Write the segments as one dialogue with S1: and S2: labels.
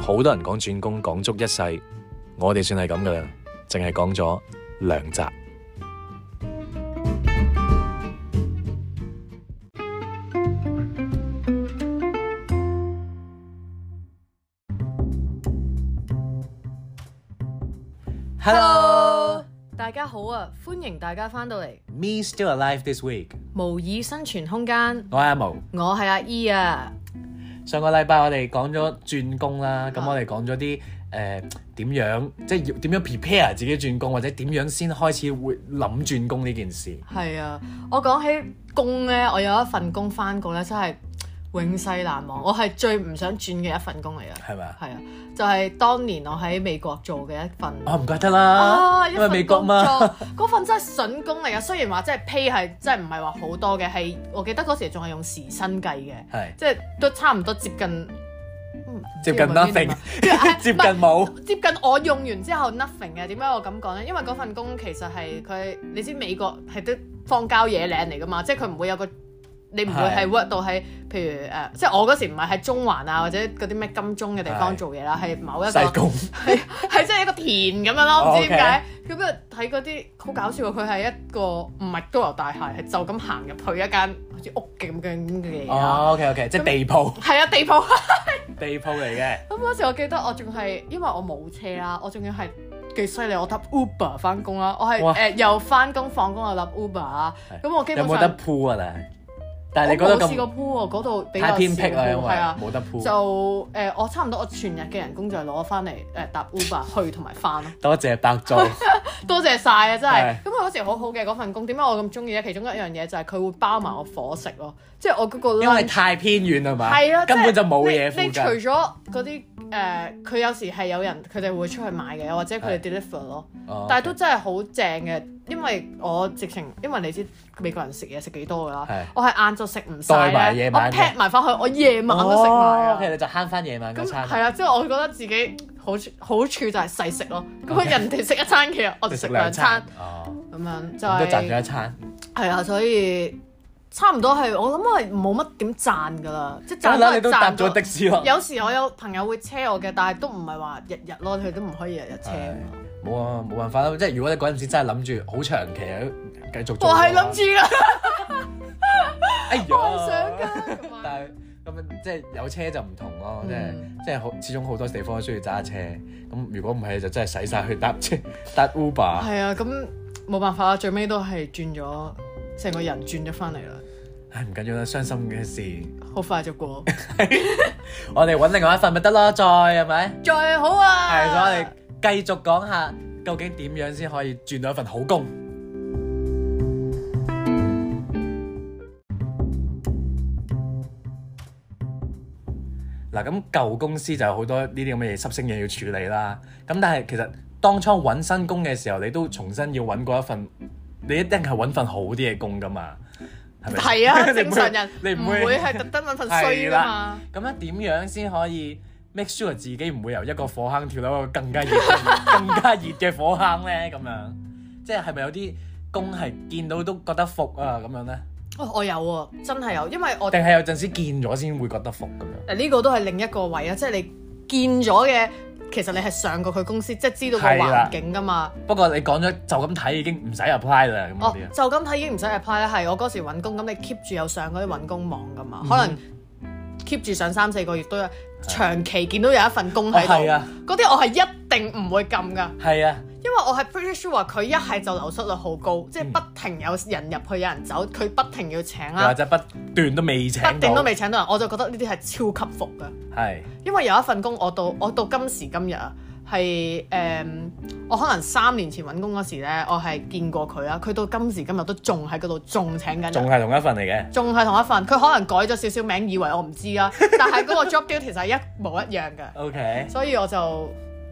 S1: 好多人講轉工講足一世，我哋算係咁噶啦，淨係講咗兩集。
S2: Hello!
S3: 大家好啊，歡迎大家翻到嚟
S2: Me still alive this week。
S3: 模擬生存空間，
S2: 我係阿毛。
S3: 我係阿 E 啊，
S2: 上個禮拜我哋講咗轉工啦，咁我哋講咗啲誒點樣，即係要點樣 prepare 自己轉工，或者點樣先開始會諗轉工呢件事。
S3: 係啊，我講起工呢，我有一份工翻過呢，真係永世難忘，我係最唔想轉嘅一份工嚟嘅，
S2: 係咪啊？
S3: 係啊，就係、當年我喺美國做嘅一份。啊
S2: 啊唔怪得啦，因為美國嘛，
S3: 工作，嗰份真係筍工嚟嘅。雖然話即係 pay 係真係唔係話好多嘅，係我記得嗰時仲係用時薪計嘅，
S2: 係
S3: 即係都差唔多接近，嗯
S2: 接近
S3: 唔知有冇邊
S2: nothing，
S3: 即係 啊
S2: 接
S3: 唔
S2: 近
S3: 係
S2: 冇。
S3: 接近我用完之後 nothing 啊嘅，點解我咁講呢？因為嗰份工其實係佢，你知美國係啲荒郊野嶺嚟噶嘛，即係佢唔會有個，你唔會
S2: 係
S3: 係 work 到喺譬如誒、呃即係我嗰時唔係喺中環啊或者嗰啲咩金鐘嘅地
S2: 係
S3: 方做嘢啦，係某一個
S2: 細工哦
S3: 係係即係一個田咁樣咯，唔知點解
S2: OK。
S3: 咁啊睇嗰啲好搞笑喎，佢係一個唔係高樓大廈，係就咁行入去一間好似屋嘅咁樣嘅嘢啦。
S2: 哦，OK OK，即係地鋪，
S3: 係啊，地鋪。
S2: 地鋪嚟嘅。
S3: 咁嗰時我記得我仲係，因為我冇車啦，我仲要係幾犀利，我搭 Uber 翻工啦，我係
S2: 哇
S3: 誒又翻工放工又搭 Uber 啊，咁我基
S2: 有
S3: 本
S2: 冇得
S3: 上
S2: 鋪啊？但係但係
S3: 我
S2: 你覺得
S3: 冇試過
S2: 咁
S3: 鋪喎，嗰度比較
S2: 太偏僻
S3: 少
S2: 啦，因
S3: pool，
S2: 為
S3: 係啊，
S2: 冇得鋪。
S3: 就誒我差唔多我全日嘅人工就係攞翻嚟誒搭 Uber 去同埋翻 咯。
S2: 多謝白做。
S3: 多謝晒啊！真係
S2: 係，
S3: 咁佢嗰時好好嘅嗰份工，點解我咁中意咧？其中一樣嘢就係佢會包埋我伙食咯，即係我嗰個 lunch,
S2: 因為太偏遠係嘛？
S3: 係啦，
S2: 根本就冇嘢
S3: 即係你
S2: 附
S3: 你除
S2: 近。
S3: 咗嗰啲誒，佢有時係有人佢哋會出去買嘅，或者佢哋 deliver 咯，
S2: 哦
S3: 但係都真係好正嘅，因為我直情因為你知美國人食嘢食幾多㗎啦
S2: 係，
S3: 我係晏晝食唔晒
S2: 袋埋
S3: 咧
S2: 夜，
S3: 我
S2: 晚嘅
S3: pack 埋翻去，我夜晚都食埋
S2: 哦
S3: 啊
S2: OK，。你就慳翻夜晚嗰
S3: 咁
S2: 餐。啊
S3: 係啦，啊即係我覺得自己好處好處就係細食咯。咁
S2: OK
S3: 人哋食一餐，其實我
S2: 你
S3: 哋食兩餐。。
S2: 哦，
S3: 咁樣就
S2: 咁都賺
S3: 係
S2: 咗一餐。
S3: 係啊，所以差唔多係我諗我係冇乜點賺㗎啦，即係
S2: 咁啦，
S3: 賺都
S2: 你
S3: 係
S2: 都搭
S3: 賺
S2: 咗的
S3: 咗。
S2: 士咯。
S3: 有時我有朋友會車我嘅，但係都唔係話日日咯，佢都唔可以日日車
S2: 係
S3: 我。
S2: 冇啊，冇辦法啦。即係如果你嗰陣時真係諗住好長期啊繼續做，
S3: 我係諗住，㗎，
S2: 哎呀，
S3: 我係想㗎咁啊。
S2: 但係咁樣即係有車就唔同咯，即係
S3: 嗯
S2: 即係好，始終好多地方都需要揸車。咁如果唔係就真係使晒去搭車搭 Uber。
S3: 係啊，咁冇辦法啦，最尾都係轉咗，成個人轉咗翻嚟啦，
S2: 唉，唔緊要啦，傷心嘅事，
S3: 好快就 過。
S2: 我哋揾另外一份咪得咯，再係咪？
S3: 最好啊！
S2: 係，咁我哋繼續講下究竟點樣先可以轉到一份好工。嗱，咁舊公司就有好多呢啲咁嘅嘢濕星嘢要處理啦。咁但係其實當初揾新工嘅時候，你都重新要揾過一份，你一定係揾份好啲嘅工噶嘛，係咪？
S3: 係啊，
S2: 你唔會
S3: 正常人
S2: 你唔
S3: 唔
S2: 會
S3: 會係特登揾份衰
S2: 係
S3: 㗎
S2: 啦
S3: 嘛。
S2: 咁咧點樣先可以 make sure 自己唔會由一個火坑跳到一個更加熱、 更加熱嘅火坑咧？咁樣，即係係咪有啲工係見到都覺得服啊咁樣咧？
S3: 哦，我有喎，真係有，因為我
S2: 定係有陣時見咗先會覺得服咁樣？
S3: 誒呢個都係另一個位啊，即係你見咗嘅，其實你係上過佢公司，即係知道個
S2: 係啦
S3: 環境噶嘛。
S2: 不過你講咗就咁睇已經唔使 apply 啦咁
S3: 哦
S2: 嗰啲啊，
S3: 就咁睇已經唔使 apply 啦，係我嗰時揾工，咁你 keep 住有上嗰啲揾工網噶
S2: 嗯
S3: 嘛，可能 keep 住上三四個月都有，長期見到有一份工喺
S2: 哦係啊
S3: 度，嗰啲我係一定唔會撳噶，
S2: 係啊，
S3: 因為我係 pretty sure 佢一係就流失率好高，
S2: 嗯
S3: 即係不停有人入去有人走，佢不停要請
S2: 又或
S3: 啦，
S2: 者不斷都未請到，
S3: 不定都未請到人，我就覺得呢啲係超級服噶。
S2: 係
S3: 因為有一份工，我到我到今時今日啊，係誒、我可能三年前揾工嗰時咧，我係見過佢啦，佢到今時今日都仲喺嗰度，仲請緊
S2: 仲
S3: 人，
S2: 係同一份嚟嘅。
S3: 仲係同一份。佢可能改咗少少名，以為我唔 知啦，但係嗰個 job duties 係一模一樣嘅，
S2: OK，
S3: 所以我就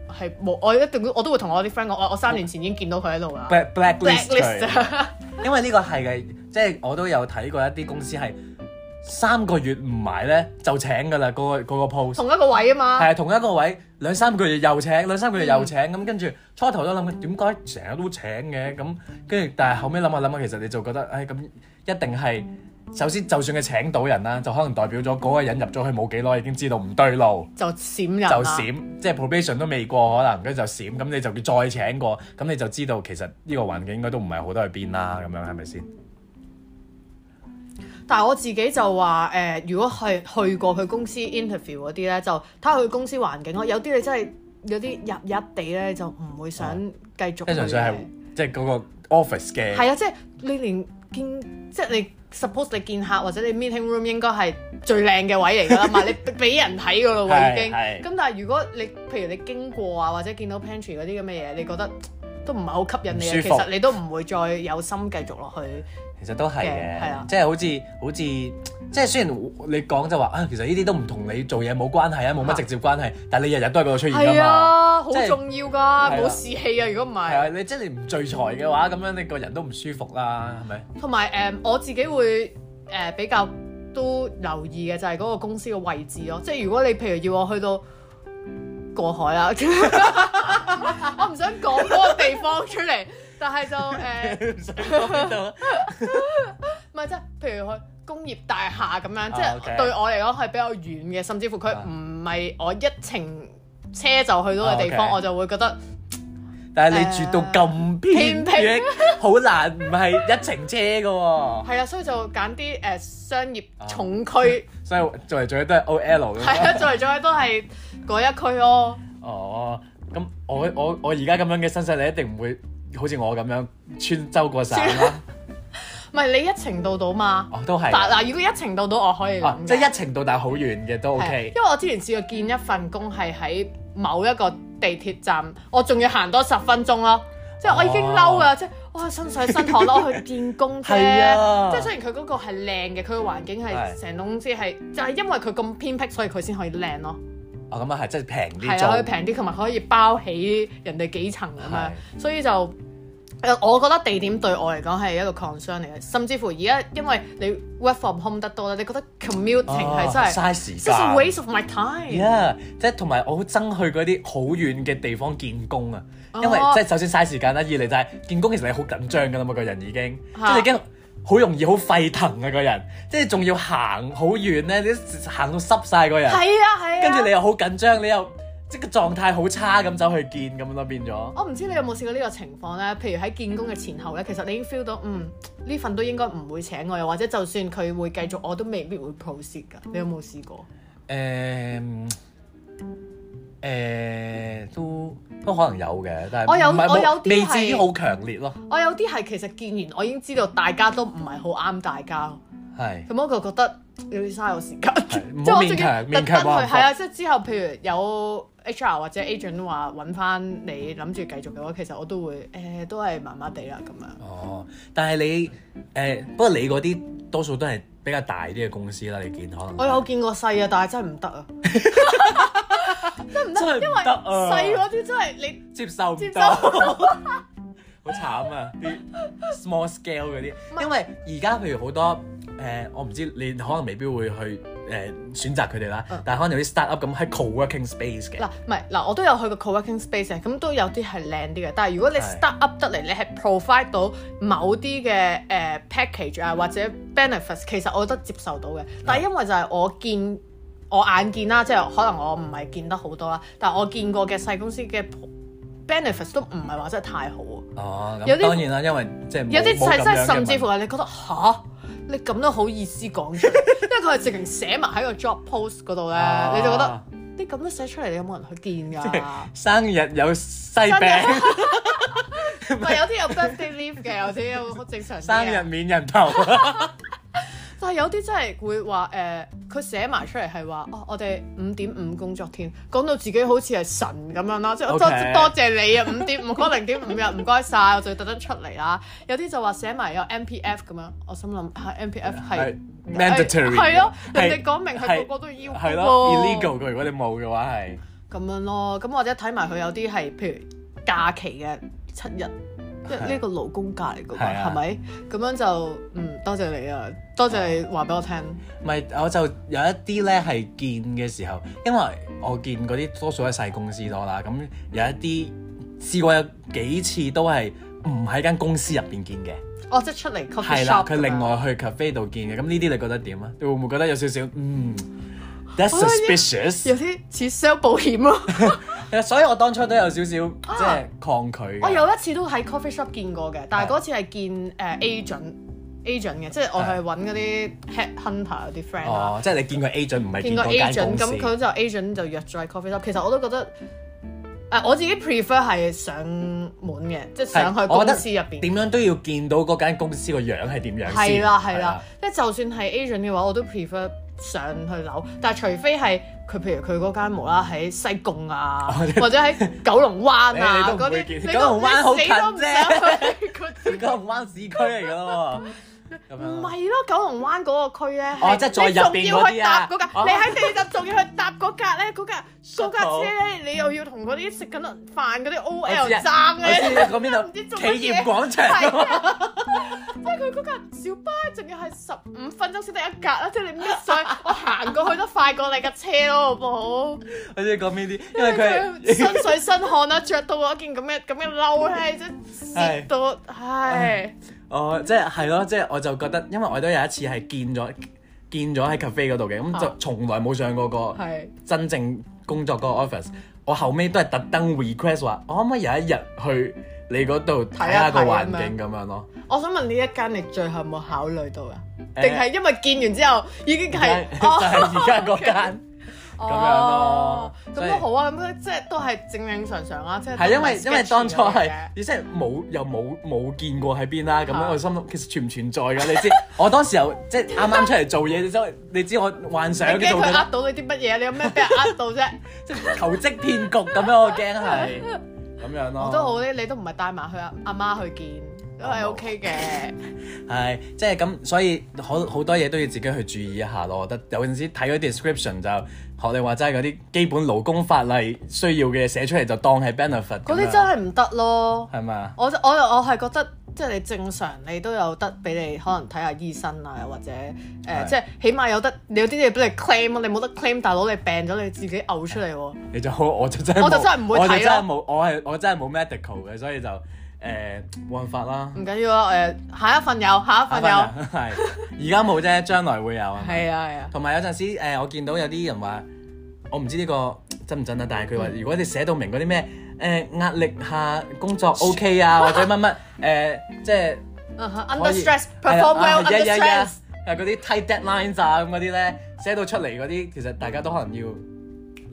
S3: 係冇，我一定都我都會同我啲 friend 講，我我三年前已經見到佢喺度啦
S2: black blacklist 佢
S3: blacklist 啊
S2: 因為呢個係嘅，即係我都有睇過一啲公司係三個月唔埋咧就請㗎啦，嗰、個嗰個 post
S3: 同一個位啊嘛，
S2: 係同一個位兩三個月又請，兩三個月又請，咁跟住初頭都諗緊點解成日都請嘅咁，跟住但係後尾諗下諗下，其實你就覺得，唉、咁一定係首先就算佢請到人啦，就可能代表咗嗰個人入咗去冇幾耐已經知道唔對路，
S3: 就閃人
S2: 就
S3: 啦
S2: 閃，即係 probation 都未過，可能跟住就閃，咁你就要再請過，咁你就知道其實呢個環境應該都唔係好得去邊啦，咁樣係咪先？
S3: 但係我自己就話誒、呃如果係去過佢公司 interview 嗰啲咧，就睇下佢公司環境咯。有啲你真係有啲入入地咧，就唔會想繼續去
S2: 啊即係
S3: 嘅。
S2: 純粹係即係嗰個 office 嘅，
S3: 係啊，即係你連見，即係你 suppose 你見客或者你 meeting room 應該係最靚嘅位嚟㗎 啦嘛，你俾人睇㗎咯喎已經。
S2: 係係
S3: 咁但係如果你譬如你經過啊，或者見到 pantry 嗰啲咁嘅嘢，你覺得都唔係好吸引你
S2: 唔舒
S3: 啊，
S2: 服
S3: 其實你都唔會再有心繼續落去。
S2: 其實都係
S3: 嘅係啊
S2: 嘅，即係好似好似即係雖然你講就話啊，其實呢啲都唔同你做嘢冇關係啊，冇乜直接關係，但係你日日都喺嗰度出現㗎
S3: 係
S2: 嘛。
S3: 啊，好
S2: 即係
S3: 重要㗎，
S2: 啦
S3: 冇士氣啊！如果唔
S2: 係啊，
S3: 係，
S2: 你即係你唔聚財嘅話，咁樣你個人都唔舒服啦，係 咪？
S3: 同埋誒我自己會誒、呃比較都留意嘅就係嗰個公司嘅位置咯。即係如果你譬如要我去到過海啦， 我唔想講嗰個地方出嚟，但係就 誒。呃
S2: 唔使講邊度
S3: 唔係即係，譬如佢工業大廈咁樣，即
S2: 啊，OK
S3: 係對我嚟講係比較遠嘅，甚至乎佢
S2: 啊
S3: 唔係我一程車就去到嘅地
S2: 啊
S3: 方，
S2: ，OK
S3: 我就會覺得
S2: 但係你住到咁偏
S3: 偏僻
S2: 僻，好難唔係一程車嘅喎。
S3: 係啊，所以就揀啲誒商業
S2: 啊
S3: 重區，
S2: 所以做嚟做去都係 O L
S3: 係啊，做嚟做去都係嗰一區咯。
S2: 哦，咁我我我而家咁樣嘅身世，你一定唔會好似我咁樣穿州過省啦。
S3: 唔係你一程到到嘛？
S2: 哦，都係
S3: 但。嗱，如果一程到到，我可以
S2: 哦
S3: 諗嘅，
S2: 即係一程到達好遠嘅都
S3: 係
S2: OK。
S3: 因為我之前試過見一份工係喺某一個地鐵站，我仲要行多十分鐘咯。即係我已經嬲啦，即係哇身水身汗咯，我去見工
S2: 哦
S3: 啫。
S2: 係啊
S3: 即係雖然佢嗰個係靚嘅，佢嘅環境係
S2: 係
S3: 成棟先係，就係因為佢咁偏僻，所以佢先可以靚咯。
S2: 哦，咁啊係，即係平啲
S3: 係啊，可以
S2: 租。
S3: 平啲，同埋可以包起人哋幾層咁
S2: 係
S3: 樣，所以就誒，我覺得地點對我嚟講係一個 concern 嚟嘅，甚至乎而家因為你 work from home 得多啦，你覺得 commuting 係真係。
S2: 哦嘥時
S3: It's a
S2: 間。
S3: waste of my time。
S2: Yeah，即係同埋我好憎去嗰啲好遠嘅地方見工啊，因為
S3: 哦
S2: 即係首先嘥時間啦，二嚟就係見工其實你好緊張㗎啦嘛，個人已經即
S3: 嚇
S2: 係你已經好容易好沸騰啊個人，即係仲要行好遠咧，你行到濕晒個人，
S3: 係啊係啊。
S2: 跟住你又好緊張，你又即係個狀態好差咁走去見咁咯，變咗。
S3: 我唔知你有冇試過呢個情況咧？譬如喺見工嘅前後咧，其實你已經 feel 到，嗯，呢份都應該唔會請我，又或者就算佢會繼續，我都未必會 proceed 㗎。你有冇試過？
S2: 誒嗯誒，都都可能有嘅，但係
S3: 我有
S2: 唔係
S3: 我有
S2: 冇
S3: 啲
S2: 未
S3: 係
S2: 至於好強烈咯，
S3: 我有啲係其實見完，我已經知道大家都唔係好啱大家咯，
S2: 係
S3: 咁我就覺得有啲嘥我時間。
S2: 係唔
S3: 即係
S2: 好
S3: 我仲
S2: 勉強
S3: 要
S2: 勉
S3: 特登
S2: 強冇辦
S3: 去，係
S2: 法。
S3: 啊！即係之後，譬如有 HR 或者 agent 話揾翻你諗住繼續嘅話，其實我都會誒、都係麻麻地啦咁樣。
S2: 哦，但係你誒，不過你嗰啲多數都係比較大啲嘅公司啦，你見可能
S3: 我有見過細啊，但係真係唔得 啊，
S2: 真係唔得啊，
S3: 細嗰啲真係你。
S2: 接受唔
S3: 接
S2: 到，
S3: 受
S2: 好慘啊！啲 small scale 嗰
S3: 唔
S2: 啲，
S3: 係
S2: 因為而家譬如好多誒、呃我唔知你可能未必會去誒、呃、選擇佢哋啦，
S3: 嗯
S2: 但係可能有啲 start up 咁喺 co-working space 嘅
S3: 嗱，，唔係嗱，我都有去過 co-working space 嘅，咁都有啲係靚啲嘅。但係如果你
S2: 係
S3: start up 得嚟，你係 provide 到某啲嘅誒 package 啊或者 benefits，其實我覺得接受到嘅。但係因為就係我見我眼見啦，即係可能我唔係見得好多啦，但係我見過嘅細公司嘅 benefits 都唔係話真係太好啊。
S2: 哦，
S3: 有
S2: 咁
S3: 啲
S2: 當然啦，因為即係冇
S3: 有啲
S2: 冇
S3: 係
S2: 咁樣
S3: 真係
S2: 嘅
S3: 甚至
S2: 文
S3: 乎係你覺得吓，你咁都好意思 講出嚟，因為佢係直情寫埋喺個 job post 嗰度咧，
S2: 啊
S3: 你就覺得你咁都寫出嚟，你有冇人去見㗎？
S2: 生日有西
S3: 真
S2: 餅，
S3: 唔係有啲有 birthday leave 嘅，有啲有好正常啲
S2: 生日
S3: 嘅。
S2: 免人頭，
S3: 但係有啲真係會話誒，佢、寫埋出嚟係話哦，我哋五點五工作天，講到自己好似係神咁樣啦，即係
S2: OK
S3: 多多謝你啊，五點五嗰零點五日唔該晒，我就特登出嚟啦。有啲就話寫埋有 M P F 咁樣，我心諗嚇 M P F 係
S2: 係 mandatory
S3: 係咯，
S2: 係
S3: 人哋講明係個個都要
S2: 係
S3: 㗎
S2: 咯
S3: 喎
S2: ，illegal 嘅。如果你冇嘅話係，
S3: 咁樣咯，咁或者睇埋佢有啲係譬如假期嘅七日，即係呢個勞工假嚟嘅
S2: 係
S3: 喎，
S2: 啊
S3: 係咪？咁樣就嗯，多謝你啊，多謝你話俾我聽。
S2: 咪我就有一啲咧係見嘅時候，因為我見嗰啲多數喺細公司多啦，咁有一啲試過有幾次都係唔喺間公司入邊見嘅，
S3: 哦，即係出嚟 coffee
S2: 係啦，
S3: shop
S2: 佢
S3: 咁樣
S2: 另外去 cafe 度見嘅，咁呢啲你覺得點啊？你會唔會覺得有少少嗯，that's
S3: 我覺得
S2: suspicious？
S3: 有啲似 sell 保險啊咯。
S2: 所以我當初都有少少即係
S3: 啊
S2: 抗拒嘅。
S3: 我有一次都喺 coffee shop 見過嘅，但係
S2: 係
S3: 嗰次係見誒 agent agent 嘅，即係我
S2: 係
S3: 係揾嗰啲 head hunter 嗰啲 friend 啊啦。
S2: 哦，即係你見過 agent 唔係
S3: 見
S2: 見
S3: 過
S2: 過間
S3: agent，
S2: 公
S3: 咁
S2: 司。
S3: 佢就 agent 就約咗喺 coffee shop。其實我都覺得誒、我自己 prefer 係上門嘅，即係上去
S2: 係我覺
S3: 公
S2: 得
S3: 司入邊。
S2: 點樣都要見到嗰間公司個樣係點樣先。
S3: 係啦 係啦，即係就算係 agent 嘅話，我都 prefer 上去樓。但係除非係佢譬如佢嗰間無啦喺西貢 啊，或者喺九龍灣
S2: 你 你
S3: 啊
S2: 都唔
S3: 嗰
S2: 會
S3: 啲，
S2: 見
S3: 你都
S2: 九龍灣好近
S3: 你死都唔想
S2: 係啦。
S3: 去 嗰啲
S2: 嗰唔灣市區嚟㗎咯
S3: 嗯
S2: 喎，咁樣
S3: 唔
S2: 咯。
S3: 係咯，九龍灣嗰個區咧，
S2: 啊哦
S3: 係
S2: 即係再入邊
S3: 你仲
S2: 嗰
S3: 要去
S2: 啲啊
S3: 搭嗰架，
S2: 哦
S3: 你喺地鐵仲要去搭嗰架咧，嗰架嗰架
S2: Shuttle
S3: 車咧，你又要同嗰啲食緊飯嗰啲 O
S2: 我
S3: L
S2: 知啊
S3: 爭
S2: 我知
S3: 咧，
S2: 啊嗰邊度
S3: 唔知做乜嘢
S2: 企業廣場
S3: 係啊，即係佢嗰架小巴仲要係十五分鐘先得一格啦，即係你咩上去， 我行過去都快過你架車咯，好唔好？
S2: 我先講呢啲，因
S3: 因
S2: 為
S3: 為佢
S2: 佢
S3: 身水身汗啦，着到嗰件咁嘅咁嘅褸咧，即係
S2: 係
S3: 蝕到，唉，
S2: 哦，即係係咯，即係我就覺得，因為我都有一次係見咗見咗喺 cafe 嗰度嘅，咁就
S3: 啊
S2: 從來冇上過個
S3: 係。
S2: 真正工作嗰個 office。我後尾都係特登 request 話，我可唔可以有一日去你嗰度睇下個
S3: 睇一睇
S2: 環
S3: 咁
S2: 境
S3: 樣
S2: 咁樣咯？
S3: 我想問呢一間你最後有冇考慮到啊？
S2: 誒
S3: 定係因為見完之後已經係哦
S2: 就係而家嗰 間。
S3: 咁
S2: 樣咯所
S3: 咁
S2: 以
S3: 都好啊，咁即係都係正正常常啊啦，即係
S2: 係因為因
S3: 都唔係
S2: 為
S3: sketchy
S2: 當初係
S3: 嘅嘢，
S2: 即係冇又冇冇見過喺邊啦，咁樣
S3: 啊
S2: 我心諗其實存唔存在㗎？你知我當時又即係啱啱出嚟做嘢，你知你知我幻想
S3: 你
S2: 嘅
S3: 驚
S2: 做
S3: 佢
S2: 緊
S3: 呃到你啲乜嘢？你有咩俾人呃 到啫？
S2: 即係求職騙局咁樣，我驚係 咁樣咯。
S3: 我都好咧，你都唔係帶埋去阿阿媽去見，都
S2: 哦
S3: 係 OK 嘅。
S2: 係即係咁，所以好好多嘢都要自己去注意一下咯。我覺得有陣時睇嗰啲 description 就學你話齋嗰啲基本勞工法例需要嘅嘢寫出嚟就當係 benefit 咁樣。
S3: 嗰啲真係唔得咯。
S2: 係咪啊？
S3: 我我我係覺得，即係你正常你都有得俾你可能睇下醫生啊，又或者誒、呃
S2: 嗯係
S3: 即係起碼有得你有啲嘢俾你 claim 啊，你冇得 claim，大佬你病咗你自己嘔出嚟喎。
S2: 你就好， 我就真係
S3: 我就
S2: 冇
S3: 真係唔會
S2: 我
S3: 睇
S2: 就
S3: 咯
S2: 真係冇，我係我真係冇 medical 嘅，所以就誒冇辦法啦
S3: 唔。緊要啊，誒、下一份有，下一份有，
S2: 係而家冇啫，將來會有。係咪
S3: 係啊係啊，
S2: 同埋有陣時誒、我見到有啲人話，我唔知呢個真唔真啊，但係佢
S3: 嗯
S2: 話如果你寫到明嗰啲咩誒壓力下工作 OK 啊，或者乜乜誒，即係
S3: 嗯哼
S2: 可
S3: under
S2: 以
S3: stress
S2: 係啊
S3: perform
S2: 啊係
S3: well under
S2: 呀呀呀
S3: stress，
S2: 啊嗰啲 tight deadlines 啊咁嗰啲咧，寫到出嚟嗰啲，其實大家都可能要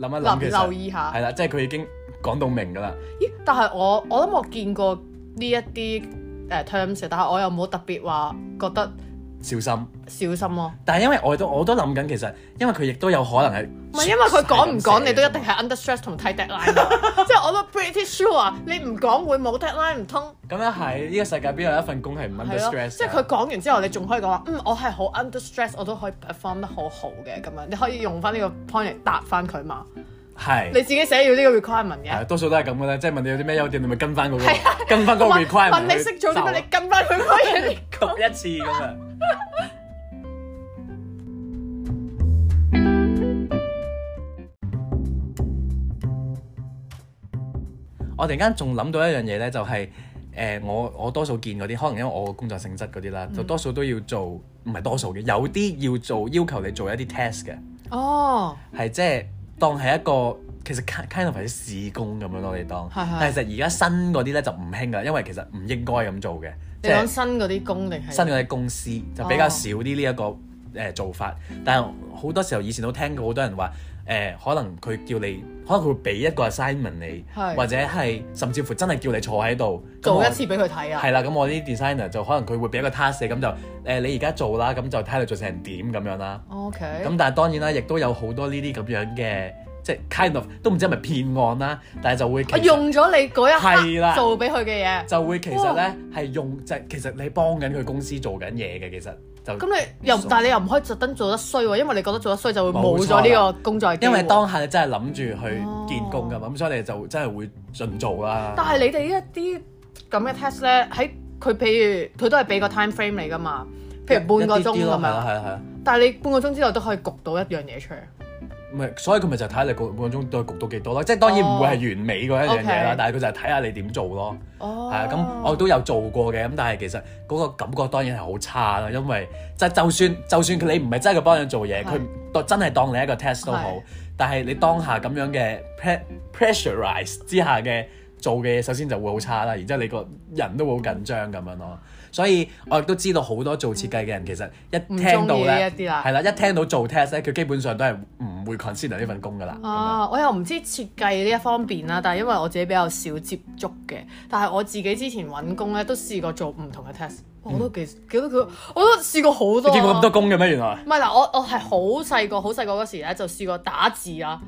S2: 諗一諗，其
S3: 留
S2: 實
S3: 留意下
S2: 係。啦，即係佢已經講到明㗎啦。
S3: 咦？但係我我諗我見過呢一啲誒 terms，嘅但係我又冇特別話覺得
S2: 小心。
S3: 小心咯。
S2: 但係因為我都我都諗緊，其實因為佢亦都有可能係
S3: 唔係因為佢講唔講，你都一
S2: 係咁寫㗎
S3: 定
S2: 嘛
S3: 係 under stress 同睇 deadline 㗎。 即係我都 pretty sure，你啊唔講會冇 deadline 唔通
S2: 咁樣係呢個世界邊有一份工係唔 under
S3: 係
S2: stress？啊
S3: 咯？
S2: 㗎
S3: 即係佢講完之後，你仲可以講話，嗯，我係好 under stress，我都可以 perform 得好好嘅咁樣，你可以用翻呢個 point 嚟答翻佢嘛。
S2: 係
S3: 你自己寫要呢個 requirement
S2: 嗯係
S3: 嘅，
S2: 啊多數都係咁嘅啦，即係問你有啲咩優點，你咪跟翻嗰
S3: 係啊
S2: 個跟翻嗰個
S3: 問
S2: requirement
S3: 問你識做啲咩，你跟翻佢嗰嘢 嚟講。
S2: 你一次咁啊！我突然間仲諗到一樣嘢咧，就係、誒、我我多數見嗰啲，可能因為我工作性質嗰啲啦，
S3: 嗯
S2: 就多數都要做，唔係多數嘅，有啲要做要求你做一啲 test 嘅，
S3: 哦，
S2: 係即係當係一個其實 ki- kind of 係啲試工咁樣咯，你當。
S3: 係係
S2: 但係其實而家新嗰啲咧就唔興噶，因為其實唔應該咁做嘅，即
S3: 你講
S2: 係
S3: 新嗰啲工定係
S2: 新嗰啲公司就比較少啲呢一個
S3: 哦
S2: 誒、做法。但係好多時候以前都聽過好多人話誒、可能佢叫你，可能佢會俾一個 assignment 你，
S3: 係
S2: 或者係甚至乎真係叫你坐喺度咁
S3: 做
S2: 我
S3: 一次俾佢睇啊？
S2: 係啦，咁我啲 designer 就可能佢會俾一個 task 你咁就誒、你而家做啦，咁就睇下你做成點咁樣啦。
S3: 哦 OK，
S2: 咁但係當然啦，亦都有好多呢啲咁樣嘅，即係 kind of 都唔知係咪騙案啦，但係就會其
S3: 我
S2: 實
S3: 啊用咗你嗰一
S2: 係啦
S3: 刻做俾佢嘅嘢。
S2: 就會其實咧係用就係其實你幫緊佢公司做緊嘢嘅，其實就
S3: 咁你又
S2: 傻
S3: 但係你又唔可以特登做得衰喎，因為你覺得做得衰就會冇
S2: 冇錯啦
S3: 咗呢個工作嘅機會哦
S2: 因為當下你真係諗住去見工㗎嘛，咁、所以你就真係會盡做啦。
S3: 但係你哋呢一啲咁嘅 test 咧，喺佢譬如佢都係俾個 time frame 嚟㗎嘛，譬如半個鐘
S2: 一啲啲咯
S3: 咁啊
S2: 係啦啊
S3: 樣，
S2: 係啦係啦。
S3: 但係你半個鐘之內都可以焗到一樣嘢出嚟。
S2: 唔係，啊所以佢咪就係睇下你個半個鐘對焗到幾多咯。即係當然唔會係完美嗰一樣嘢啦，
S3: 哦
S2: 但係佢就係睇下你點做咯。
S3: 哦，
S2: 係啊，咁我都有做過嘅，咁但係其實嗰個感覺當然係好差啦，因為即係就算就算佢你唔係真係佢幫你做嘢，
S3: 係
S2: 佢當真係當你一個 test 都好
S3: 係，
S2: 但係你當下咁樣嘅 pre- pressurize 之下嘅做嘅嘢，首先就會好差啦，然之後你個人都會好緊張咁樣咯。所以我亦都知道好多做設計嘅人其實一聽到
S3: 唔中意呢
S2: 咧
S3: 一啲啦
S2: 係啦，一聽到做 test 咧，佢基本上都係唔會 consider 呢份工噶啦。咁樣
S3: 啊！我又唔知設計呢一方面啦，但係因為我自己比較少接觸嘅，但係我自己之前揾工咧都試過做唔同嘅 test，哇我都幾幾多個我都試過好
S2: 你
S3: 多啊。
S2: 見過咁多工嘅咩？原來
S3: 唔係嗱，我我係好細個，好細個嗰時咧就試過打字啊！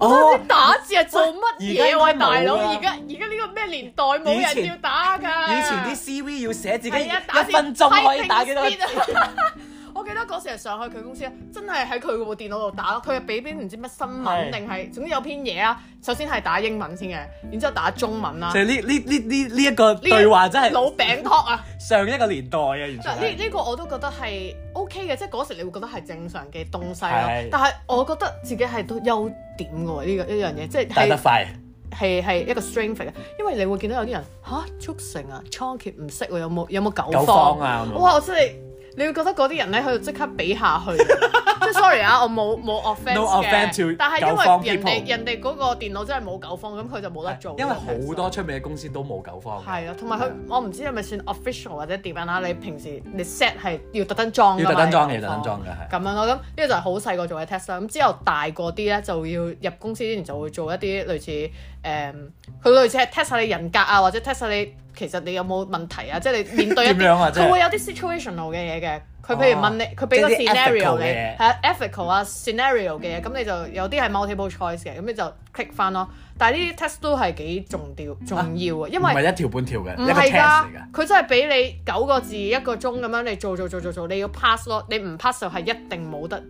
S2: 哦
S3: 啲打字係做乜
S2: 而家
S3: 嘢？
S2: 已經
S3: 喂，大佬，
S2: 冇啦
S3: 而家而家呢個咩年代
S2: 以
S3: 冇
S2: 前
S3: 人要打㗎？
S2: 以前啲 CV 要寫自己
S3: 係啊，打
S2: 一分鐘可以打幾多個字？
S3: 字？啊 我記得嗰時係上去佢公司咧，真係喺佢部電腦度打咯。佢係俾篇唔知乜新
S2: 係
S3: 聞定係總之有篇嘢啊。首先係打英文先嘅，然之後打中文啦。
S2: 就係呢呢呢呢呢一個
S3: 呢
S2: 對話真係
S3: 老餅托啊！
S2: 上一個年代啊，完全
S3: 嗱呢
S2: 係。
S3: 呢個我都覺得係 OK 嘅，即係嗰時你會覺得係正常嘅東西
S2: 係
S3: 咯。但係我覺得自己係都優點嘅喎，呢個呢樣嘢即係
S2: 打得
S3: 係
S2: 快，
S3: 係係一個 strength 嚟嘅，因為你會見到有啲人吓，速成啊，倉頡唔識喎，有冇有冇
S2: 九
S3: 九
S2: 方
S3: 方
S2: 啊咁樣
S3: 哇！我真係你會覺得嗰啲人咧，佢就即刻比下去，即係 sorry 啊，我冇冇 offence
S2: No
S3: 嘅
S2: offence to
S3: 但係因
S2: 九方
S3: 為
S2: people
S3: 人哋人哋嗰個電腦真係冇九方，咁佢就冇得做。
S2: 因為好多出名嘅公司都冇九方嘅，
S3: 係啊，同埋佢我唔知係咪算 official 或者點樣啦。你平時你 set 係要特登裝㗎嘛
S2: 要特登裝嘅
S3: 你個
S2: 要特登裝嘅係
S3: 咁樣咯，咁呢個就係好細個做嘅 test 啦。咁之後大個啲咧就要入公司之前就會做一啲類似誒，嗯佢、類似係 test 下你人格啊，或者 test 下你其實你有冇問題啊，即係 你面對一
S2: 點
S3: 啲
S2: 樣啊即係哦
S3: 佢會有啲 situational 嘅嘢嘅。佢譬如問你，佢俾個
S2: 即係啲 ethical
S3: scenario
S2: 嘅
S3: 你，
S2: 嘢嗯
S3: 係啊 ethical 啊 scenario 嘅嘢，咁你就有啲係 multiple choice 嘅，咁你就 click 翻咯。但係呢啲 test 都係幾重要重要嘅，因
S2: 啊唔
S3: 為
S2: 係一條半條嘅，
S3: 唔
S2: 一個
S3: 係
S2: test
S3: 㗎
S2: 嚟㗎。，
S3: 佢真係俾你九個字一個鐘咁樣，你做做做做做，你要 pass 咯，你唔 pass 就係一定冇得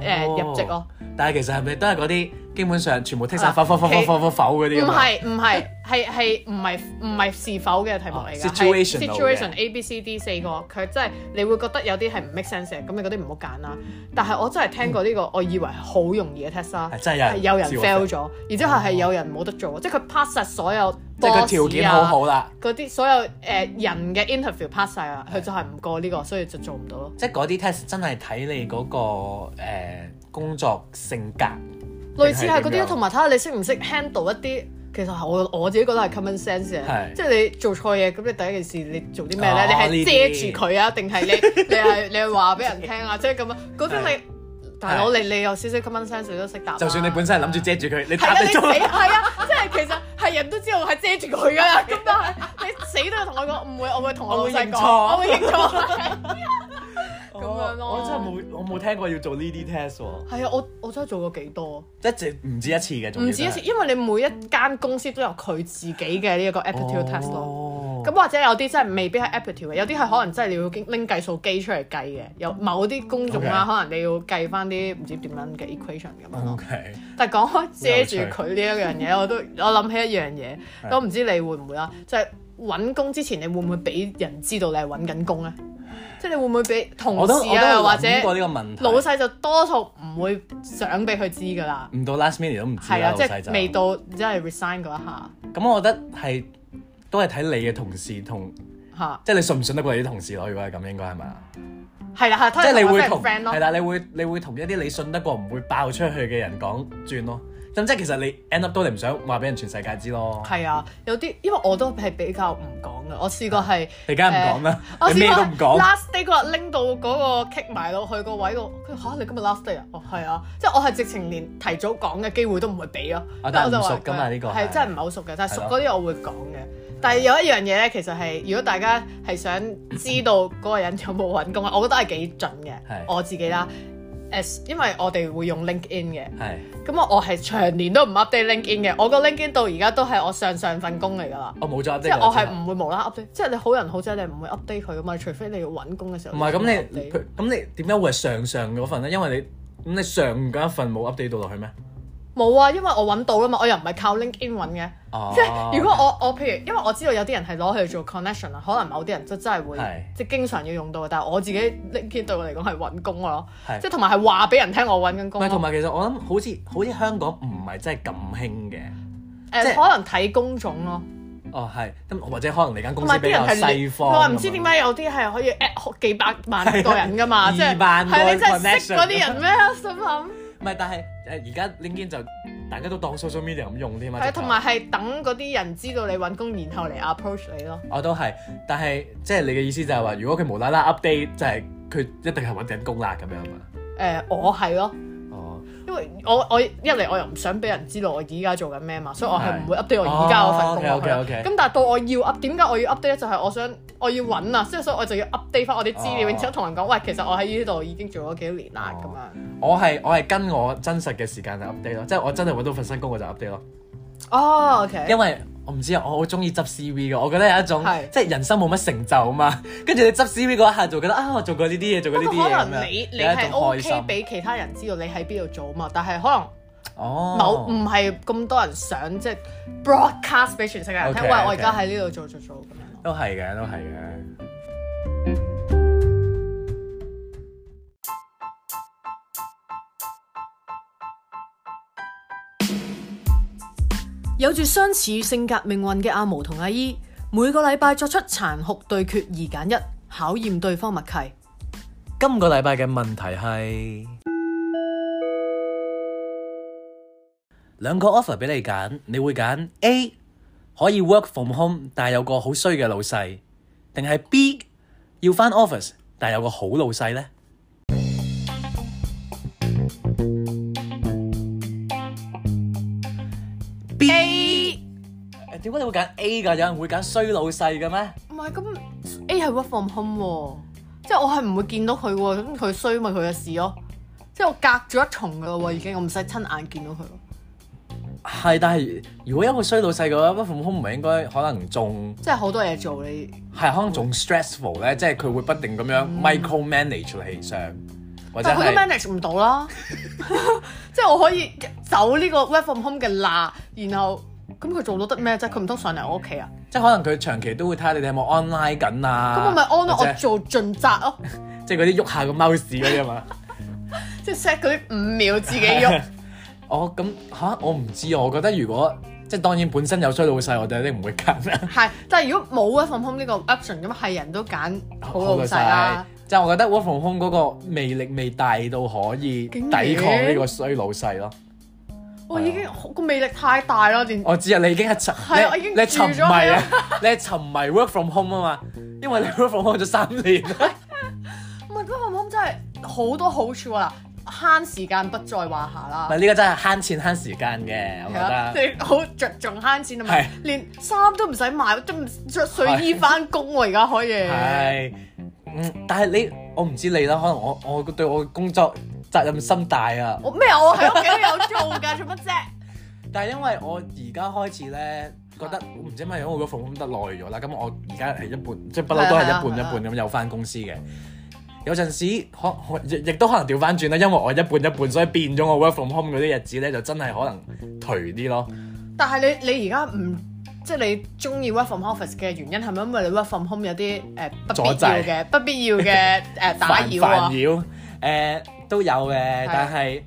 S3: 誒
S2: 哦
S3: 入籍咯。
S2: 但係其實係咪都係嗰啲基本上全部剔晒
S3: 啊
S2: 否否否否
S3: 其
S2: 否否否嗰啲
S3: 唔
S2: 咁啊？
S3: 係唔係係係唔係唔係是否嘅題目嚟㗎？
S2: 哦
S3: 係
S2: situational 嘅
S3: situation A B C D 四個，佢真係你會覺得有啲係唔 make sense 嘅，咁你嗰啲唔好揀啦。但係我真係聽過呢個，我以為好容易嘅 test 啦
S2: 係，真係有
S3: 有
S2: 人
S3: 人
S2: 知我
S3: fail 咗，而之後係有人冇得做，即係佢 pass 晒所有
S2: 哦即係佢條
S3: boss
S2: 件好
S3: 啊
S2: 好啦，
S3: 嗰啲所有誒人嘅 interview pass 晒啦，佢就係唔過呢個，所以就做唔到咯。
S2: 即係嗰啲 test 真係睇你嗰個誒工作性格。
S3: 類似係嗰
S2: 定係點
S3: 啲，啊
S2: 樣
S3: 同埋睇下你識唔識 handle 一啲。其實係我我自己覺得係 common sense
S2: 嗯係
S3: 嘅，即係你做錯嘢，咁你第一件事你做啲咩
S2: 哦
S3: 咧？你
S2: 呢
S3: 係
S2: 啲
S3: 遮住佢啊，定係你你係你係話俾人聽啊？即係咁啊，嗰啲
S2: 係
S3: 你大佬你你有少少 common sense 你都識答啦。啊
S2: 就算你本身係諗住遮住佢，你
S3: 係
S2: 打
S3: 啦，
S2: 你
S3: 你死
S2: 中啦。
S3: 係啊，即係其實係人都知道係遮住佢 噶啦，咁但係你死都要同我講唔會，我會同我老
S2: 我會認
S3: 細講，
S2: 錯
S3: 我會認錯。
S2: 咁
S3: 樣咯
S2: 我真係冇我冇聽過要做呢啲 test 喎。
S3: 係啊，我我真係做過幾多。
S2: 一直唔啊止一次嘅，仲
S3: 唔
S2: 要
S3: 止一
S2: 真係
S3: 次，因為你每一間公司都有佢自己嘅呢一個 aptitude test 咯。
S2: 哦
S3: 咁或者有啲真係未必係 aptitude 嘅，有啲係可能真係你要經拎計數機出嚟計嘅，有某啲工種
S2: 嗯
S3: 啦
S2: OK 嗯
S3: 可能你要計翻啲唔知點樣嘅 equation 咁樣咯。
S2: OK，
S3: 但係講開遮住佢呢一樣嘢，我都
S2: 嗯
S3: 我諗起一樣嘢，都唔知你會唔會啦，就係揾工之前你會唔會俾人知道你係揾緊工咧？即係你會唔會俾同
S2: 我都我
S3: 事
S2: 都有
S3: 啊，或者
S2: 諗過呢個問題，
S3: 老細就多數唔會想俾佢知㗎啦。
S2: 唔到 last minute 都唔知
S3: 係
S2: 啦，
S3: 啊，
S2: 老
S3: 即
S2: 細就
S3: 係未到即係 resign 嗰一下
S2: 咁，我覺得係都係睇你嘅同事同，
S3: 嚇，
S2: 即係你信唔信得過你啲同事咯？如果係咁，應該係嘛？
S3: 係啦係，
S2: 即係你會同
S3: 同 friend
S2: 係
S3: 咯，
S2: 啦，你會你會同一啲你信得過唔會爆出去嘅人講轉咯。咁即係其實你 end up 都你唔想話俾人全世界知咯。
S3: 係啊，有啲因為我都係比較唔講嘅，我試過係
S2: 啊你梗係唔講啦
S3: 誒我
S2: 你咩
S3: 試過
S2: 都唔講
S3: last day 嗰日拎到嗰個 kick 埋到去個位度，佢嚇你今日 last day 啊，哦係啊，即係我係直情連提早講嘅機會都唔會俾咯，
S2: 啊
S3: 即係
S2: 但係
S3: 我就
S2: 唔
S3: 話
S2: 熟㗎嘛呢個係
S3: 係真係唔係好熟嘅，但係熟
S2: 係咯
S3: 嗰啲我會講嘅。但係有一樣嘢咧，其實係如果大家係想知道嗰個人有冇揾工啊，我覺得係幾準嘅
S2: 係，
S3: 我自己啦。誒，因為我哋會用 LinkedIn 嘅。
S2: 係
S3: 咁我我係長年都唔 update LinkedIn 嘅，我個 LinkedIn 到而家都係我上上份工嚟㗎啦。
S2: 我哦冇咗 update
S3: 即係我係
S2: 㗎
S3: 唔會無啦啦 update，即係你好人好仔你唔會 update 佢㗎嘛，除非你要揾工嘅時候。
S2: 唔係咁
S3: 先
S2: 你
S3: update
S2: 佢咁你點解會係上上嗰份咧？因為你咁你上嗰一份冇 update 到落去咩？
S3: 冇啊，因為我揾到啦嘛，我又唔係靠 LinkedIn 揾嘅。
S2: 哦
S3: 即係如果我我譬如，因為我知道有啲人係攞去做 connection 啊，可能某啲人就真係會
S2: 係
S3: 即係經常要用到嘅，但係我自己 LinkedIn 對我嚟講係揾工咯
S2: 係，
S3: 即係同埋係話俾人聽我揾緊
S2: 唔
S3: 工
S2: 係同
S3: 咯。
S2: 埋其實我諗好似好似香港唔係真係咁興嘅，即係
S3: 誒可能睇工種咯，
S2: 哦係，咁或者可能你間公
S3: 同
S2: 司
S3: 埋啲
S2: 比
S3: 人
S2: 較
S3: 係
S2: 西
S3: 佢話
S2: 方，
S3: 唔知點解有啲係可以 at 幾百萬個人噶 嘛，
S2: 係
S3: 即係
S2: 二萬個
S3: 係你真係識
S2: connection
S3: 嗰啲人咩？ 心諗
S2: 唔係，但係誒而家 LinkedIn 就大家都當 social media 咁用添嘛，啊
S3: 係啊
S2: 直頭
S3: 同埋係等嗰啲人知道你揾工，然後嚟 approach 你咯。
S2: 哦我都係，但係即係你嘅意思就係話，如果佢無啦啦 update，就係佢一定係揾緊工啦咁樣嘛。
S3: 誒我係咯。
S2: 哦，
S3: 因為我我一嚟我又唔想俾人知道我而家做緊咩嘛，所以我係唔會 update 我
S2: 係
S3: 而家嗰份
S2: 哦
S3: 工落去啦。
S2: ，OK，OK，OK
S3: 咁但係到我要 up，點解我要 update 咧？就係我想我要揾啊，即係所以我就要 update 翻我啲資料，
S2: 哦
S3: 然之後同人講，喂，其實我喺呢度已經做咗幾多年啦咁樣。
S2: 我係我係跟我真實嘅時間嚟 update 咯，即係我真係揾到份新工我就 update 咯。
S3: 哦，OK，
S2: 因為我唔知啊，我好中意執 CV 嘅，我覺得有一種
S3: 係
S2: 即係人生冇乜成就啊嘛。 跟住你執 CV 嗰一下就覺得啊，我做過呢啲嘢，做過
S3: 不
S2: 呢啲
S3: 過
S2: 嘢
S3: 可
S2: 咁
S3: 能
S2: 樣，
S3: 你你
S2: 有一種
S3: 係
S2: 開
S3: OK
S2: 心。
S3: 俾其他人知道你喺邊度做嘛，但係可能
S2: 哦，
S3: 某嗯唔係咁多人想即係 broadcast 俾全世界人
S2: OK，
S3: 聽，喂，我而
S2: OK
S3: 家喺呢度做做做咁樣咯。
S2: 都係嘅，都係嘅。
S3: 有住相似性格命運嘅阿毛同阿姨，每個禮拜作出殘酷對決二揀一，考驗對方默契。
S2: 今個禮拜嘅問題係兩個 offer 俾你揀，你會揀 A 可以 work from home，但係有個好衰嘅老細，定係 B 要返 office，但係有個好老細呢？B 誒
S3: A
S2: 點解你會揀 A 㗎？有人會揀衰老細嘅咩？
S3: 唔係咁 A 係 work from home 喎，即係我係唔會見到佢喎，咁佢衰咪佢嘅事咯。即係我隔咗一重噶啦喎，已經我唔使親眼見到佢咯。
S2: 係，但係如果一個衰老細嘅話，work from home 唔係應該可能仲？
S3: 即係好多嘢做你，
S2: 係可能仲 stressful 咧，即係佢會不定咁樣 micro manage 你上，或者
S3: 嗯但係佢都
S2: 係
S3: manage 唔到啦。 即係我可以走呢個 work from home 嘅罅，然後咁佢做到得咩啫？佢唔通上嚟我屋企啊？
S2: 即係可能佢長期都會睇下你哋有冇 online 緊啊，
S3: 咁我咪安咯，
S2: 或
S3: 我
S2: 者
S3: 做盡 責咯。
S2: 即係嗰啲喐下個 mouse 嗰啲啊嘛。
S3: 即係 set 嗰啲五秒自己喐，
S2: 我哦咁吓，我唔知啊，我覺得如果即係當然本身有衰老細，我哋有啲唔會揀啊啦。
S3: 係。但係如果冇 work from home 呢個 option，咁係人都揀好老細啊啦。
S2: 即係我啊覺得 work from home 嗰個魅力未大到可以
S3: 竟
S2: 抵抗呢
S3: 然
S2: 個衰老細咯。
S3: 我已經個魅力太大啦，連
S2: 我知啊，你已經係沉，
S3: 係啊我
S2: 你
S3: 已經
S2: 你沉
S3: 住
S2: 迷
S3: 咗
S2: 啊
S3: 佢啦，
S2: 你係沉迷 work from home 啊嘛，因為你 work from home 咗三年。
S3: 唔係 work from home 真係好多好處啊！慳時間不在話下
S2: 唔
S3: 啦
S2: 係，呢個真係慳錢慳時間嘅，我覺
S3: 係啊，
S2: 得。
S3: 你好着重慳錢啊嘛
S2: 係，
S3: 連衫都唔使買，都唔着睡衣翻工喎，而家可以。
S2: 係，嗯，但係你，我唔知你啦，可能我我對我嘅工作責任心大啊，
S3: 我咩啊？我喺屋企都有做㗎，做乜啫？
S2: 但係因為我而家開始咧，覺得我唔知點解我個放工得耐咗啦，咁我而家係一半，即係不嬲都係
S3: 啊係啊
S2: 一半
S3: 係啊
S2: 一半咁有翻公司嘅。有陣時可可亦亦都可能調翻轉啦，因為我一半一半，所以變咗我 work from home 嗰啲日子咧，就真係可能頹啲咯。
S3: 但係你你而家唔即係你中意 work from office 嘅原因係咪因為你 work from home 有啲誒、呃不必
S2: 阻
S3: 要
S2: 滯
S3: 嘅不必要 嘅誒、呃打擾啊
S2: 煩？擾誒都有嘅
S3: 係，啊
S2: 但係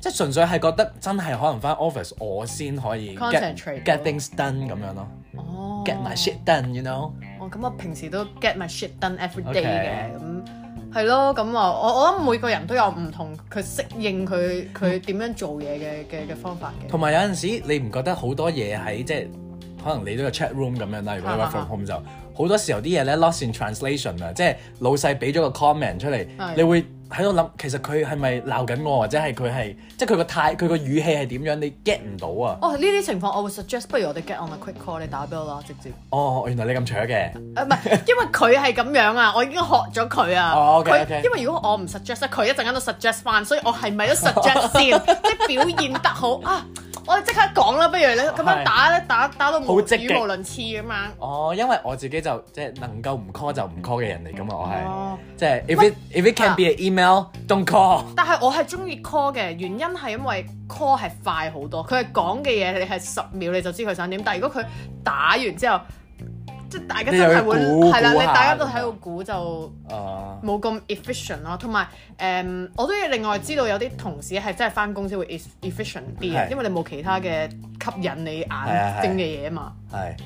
S2: 即係純粹係覺得真係可能翻 office 我先可以 get
S3: Concentrate
S2: get things done 咁樣咯
S3: 哦
S2: ，get my shit done，you know？
S3: 我咁我平時都 get my shit done every day 嘅
S2: Okay
S3: 咁。係咯，咁啊，我我諗每個人都有唔同佢適應佢佢點樣做嘢嘅嘅嘅方法嘅。
S2: 同埋有陣時你唔覺得好多嘢喺即係可能你都有 chat room 咁樣啦，如果你 work
S3: 啊啊啊
S2: from home 就好多時候啲嘢咧 lost in translation 啊，即係老細俾咗個 comment 出嚟
S3: 係，
S2: 你會喺度諗其實佢係咪鬧緊我，或者係佢係即係佢個態佢個語氣係點樣，你 get 唔到啊？
S3: 哦，呢啲情況我會 suggest 不如我哋 get on a quick call，你打俾我啦，直接。呃
S2: 哦，原來你咁扯嘅。
S3: 誒唔係， 因為佢係咁樣啊，我已經學咗佢啊。
S2: 哦，OK，
S3: 佢
S2: OK
S3: 因為如果 我唔 suggest 咧，佢一陣間都 suggest 翻，所以我係咪都 suggest 先？即係表現得好啊！我哋即刻講啦，不如你咁樣
S2: 係
S3: 打咧，打打到
S2: 好
S3: 無
S2: 積極
S3: 語無倫次咁樣。
S2: 哦，因為我自己就即係能夠唔 call 就唔 call 嘅人嚟㗎嘛，我係。
S3: 哦，啊
S2: 即係 if it if it can be an email, don't call。
S3: 但係我係中意 call 嘅，原因係因為 call 係快好多，佢係講嘅嘢你係十秒你就知佢想點，但係如果佢打完之後，即係大家
S2: 你
S3: 真
S2: 又要
S3: 係會
S2: 估
S3: 係啦，
S2: 估
S3: 你
S2: 下
S3: 大家都
S2: 咁
S3: 喺度
S2: 樣
S3: 估就。
S2: 啊，
S3: 冇咁 efficient 咯，同埋誒，我都要另外知道有啲同事係真係翻工先會 eff- efficient 啲嘅，
S2: 係
S3: 因為你冇其他嘅吸引你眼
S2: 係啊
S3: 睛嘅嘢嘛。
S2: 係，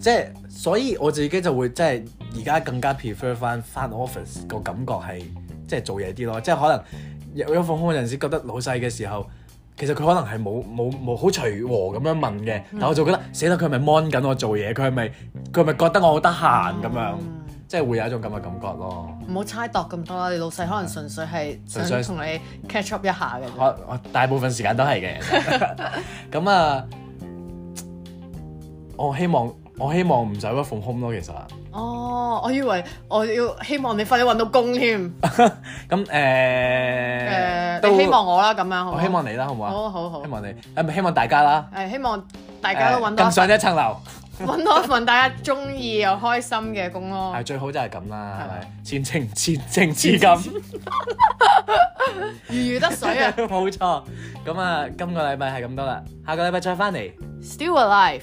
S2: 即係所以我自己就會即係而家更加 prefer 翻翻 office 個感覺係即係做嘢啲咯，即係可能有有放工嗰陣時覺得老細嘅時候。其實佢可能係冇冇冇好隨和咁樣問嘅，但我就覺得死啦，佢係咪 mon 緊我做嘢？佢係咪佢係咪覺得我好得閒咁樣？即係會有一種咁嘅感覺咯。
S3: 唔好猜度咁多啦，你老細可能純粹係
S2: 純粹
S3: 想同你 catch up 一下嘅啫。
S2: 我我大部分時間都係嘅。咁啊，我希望我希望唔使 work from home 咯，其實。
S3: 哦，我以為我要希望你快啲揾到工 添，
S2: 咁誒，
S3: 誒，
S2: 都
S3: 你希望我啦咁樣，好唔好
S2: 我希望你啦，好唔好啊？
S3: 好好好
S2: 希，望你，誒唔係希望大家啦，
S3: 誒希望大家都揾
S2: 誒
S3: 到
S2: 更上一層樓，
S3: 揾到一份大家中意又開心嘅工咯
S2: 係。最好就係咁啦，係
S3: 係
S2: 咪？前程 前程似 錦。
S3: 如魚得水啊
S2: 冇錯，咁啊，今個禮拜係咁多啦，下個禮拜再翻嚟。
S3: ，still alive。